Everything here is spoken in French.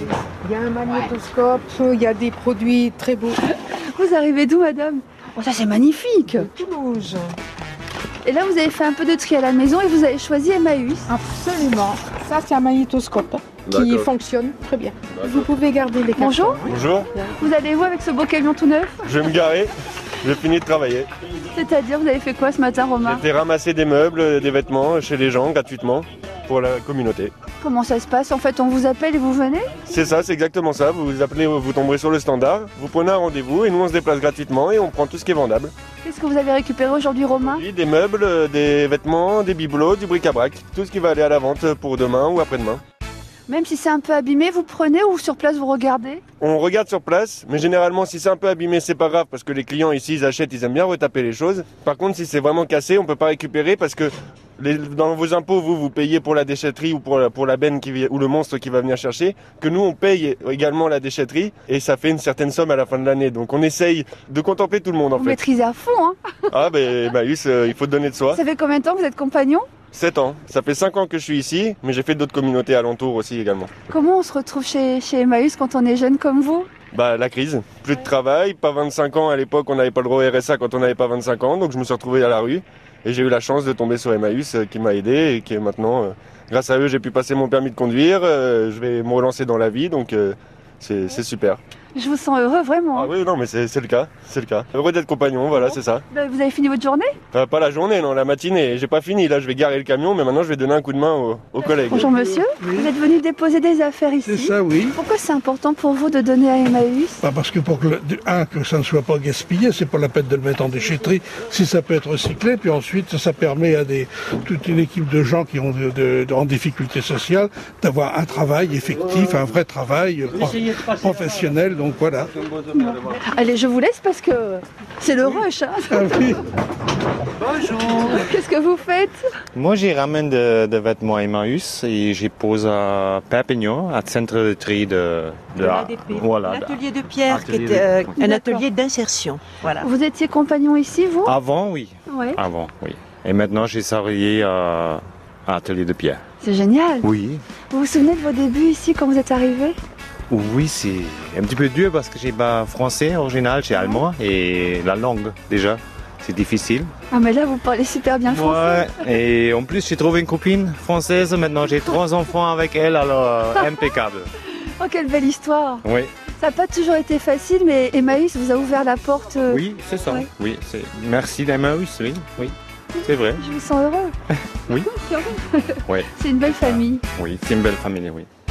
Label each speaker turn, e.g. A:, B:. A: Il y a un magnétoscope, il y a des produits très beaux.
B: Vous arrivez d'où, madame Oh, ça, c'est magnifique
A: Toulouse.
B: Et là, vous avez fait un peu de tri à la maison et vous avez choisi Emmaüs.
A: Absolument. Ça, c'est un magnétoscope hein, qui
C: D'accord.
A: fonctionne très bien. Vous pouvez garder les cartons.
B: Bonjour,
C: Bonjour,
B: vous allez où avec ce beau camion tout neuf
C: je vais me garer. J'ai fini de travailler.
B: C'est-à-dire, vous avez fait quoi ce matin,
C: J'ai
B: Romain
C: fait ramasser des meubles, des vêtements chez les gens gratuitement pour la communauté.
B: Comment ça se passe En fait, on vous appelle et vous venez
C: C'est ça, c'est exactement ça. Vous vous appelez, vous tombez sur le standard, vous prenez un rendez-vous et nous on se déplace gratuitement et on prend tout ce qui est vendable.
B: Qu'est-ce que vous avez récupéré aujourd'hui, Romain
C: Puis des meubles, euh, des vêtements, des bibelots, du bric-à-brac. Tout ce qui va aller à la vente pour demain ou après-demain.
B: Même si c'est un peu abîmé, vous prenez ou sur place vous regardez
C: On regarde sur place, mais généralement si c'est un peu abîmé c'est pas grave parce que les clients ici ils achètent, ils aiment bien retaper les choses. Par contre si c'est vraiment cassé on peut pas récupérer parce que les- dans vos impôts vous vous payez pour la déchetterie ou pour la, pour la benne qui, vi- ou le monstre qui va venir chercher, que nous on paye également la déchetterie et ça fait une certaine somme à la fin de l'année. Donc on essaye de contempler tout le monde en
B: Vous
C: fait.
B: maîtrisez à fond, hein
C: Ah ben Emmaüs, euh, il faut donner de soi.
B: Ça fait combien de temps que vous êtes compagnon
C: 7 ans, ça fait 5 ans que je suis ici, mais j'ai fait d'autres communautés alentours aussi également.
B: Comment on se retrouve chez, chez Emmaüs quand on est jeune comme vous
C: Bah la crise, plus de travail, pas 25 ans à l'époque, on n'avait pas le droit au RSA quand on n'avait pas 25 ans, donc je me suis retrouvé à la rue et j'ai eu la chance de tomber sur Emmaüs euh, qui m'a aidé et qui est maintenant, euh, grâce à eux, j'ai pu passer mon permis de conduire, euh, je vais me relancer dans la vie, donc euh, c'est c'est super.
B: Je vous sens heureux, vraiment. hein.
C: Ah oui, non, mais c'est c'est le cas, c'est le cas. Heureux d'être compagnon, voilà, c'est ça.
B: Ben, Vous avez fini votre journée
C: Enfin, pas la journée, non, la matinée, j'ai pas fini, là je vais garer le camion, mais maintenant je vais donner un coup de main aux, aux collègues.
B: Bonjour monsieur,
D: Oui,
B: vous êtes venu déposer des affaires
D: c'est
B: ici.
D: ça, oui.
B: Pourquoi c'est important pour vous de donner à Emmaüs
D: Bah, parce que pour que, le- de- un, que ça ne soit pas gaspillé, c'est pas la peine de le mettre en déchetterie, si ça peut être recyclé, puis ensuite ça permet à des, toute une équipe de gens qui ont de, de- de- en difficulté sociale d'avoir un travail effectif, un vrai travail euh, pro- professionnel, donc voilà.
B: Allez, je vous laisse parce que c'est le rush. hein.
D: Ah oui.
B: Qu'est-ce que vous faites
E: Moi, j'y ramène des de vêtements Emmaüs et j'y pose à Perpignan, à centre de tri de, de,
F: l'ADP.
E: voilà.
F: L'atelier de Pierre, qui
E: Atelier
F: est euh, un
B: D'accord.
F: atelier d'insertion. Voilà.
B: Vous étiez compagnon ici, vous
E: Avant, oui.
B: Ouais.
E: Avant, oui. Et maintenant, j'ai travaillé à, à atelier de Pierre.
B: C'est génial.
E: Oui.
B: Vous vous souvenez de vos débuts ici quand vous êtes arrivé
E: Oui, c'est un petit peu dur parce que j'ai pas français original, j'ai allemand et la langue déjà. C'est difficile.
B: Ah mais là vous parlez super bien français.
E: Ouais. Et en plus, j'ai trouvé une copine française. Maintenant, j'ai trois enfants avec elle, alors euh, impeccable.
B: Oh quelle belle histoire.
E: Oui.
B: Ça n'a pas toujours été facile mais Emmaüs vous a ouvert la porte. euh,
E: Oui, c'est ça.
B: Ouais.
E: Oui, c'est... Merci d'Emmaüs, oui. oui. C'est vrai.
B: Je vous sens heureux.
E: Oui.
B: C'est vrai.
E: Ouais.
B: C'est une belle famille.
E: Oui, c'est une belle famille, oui.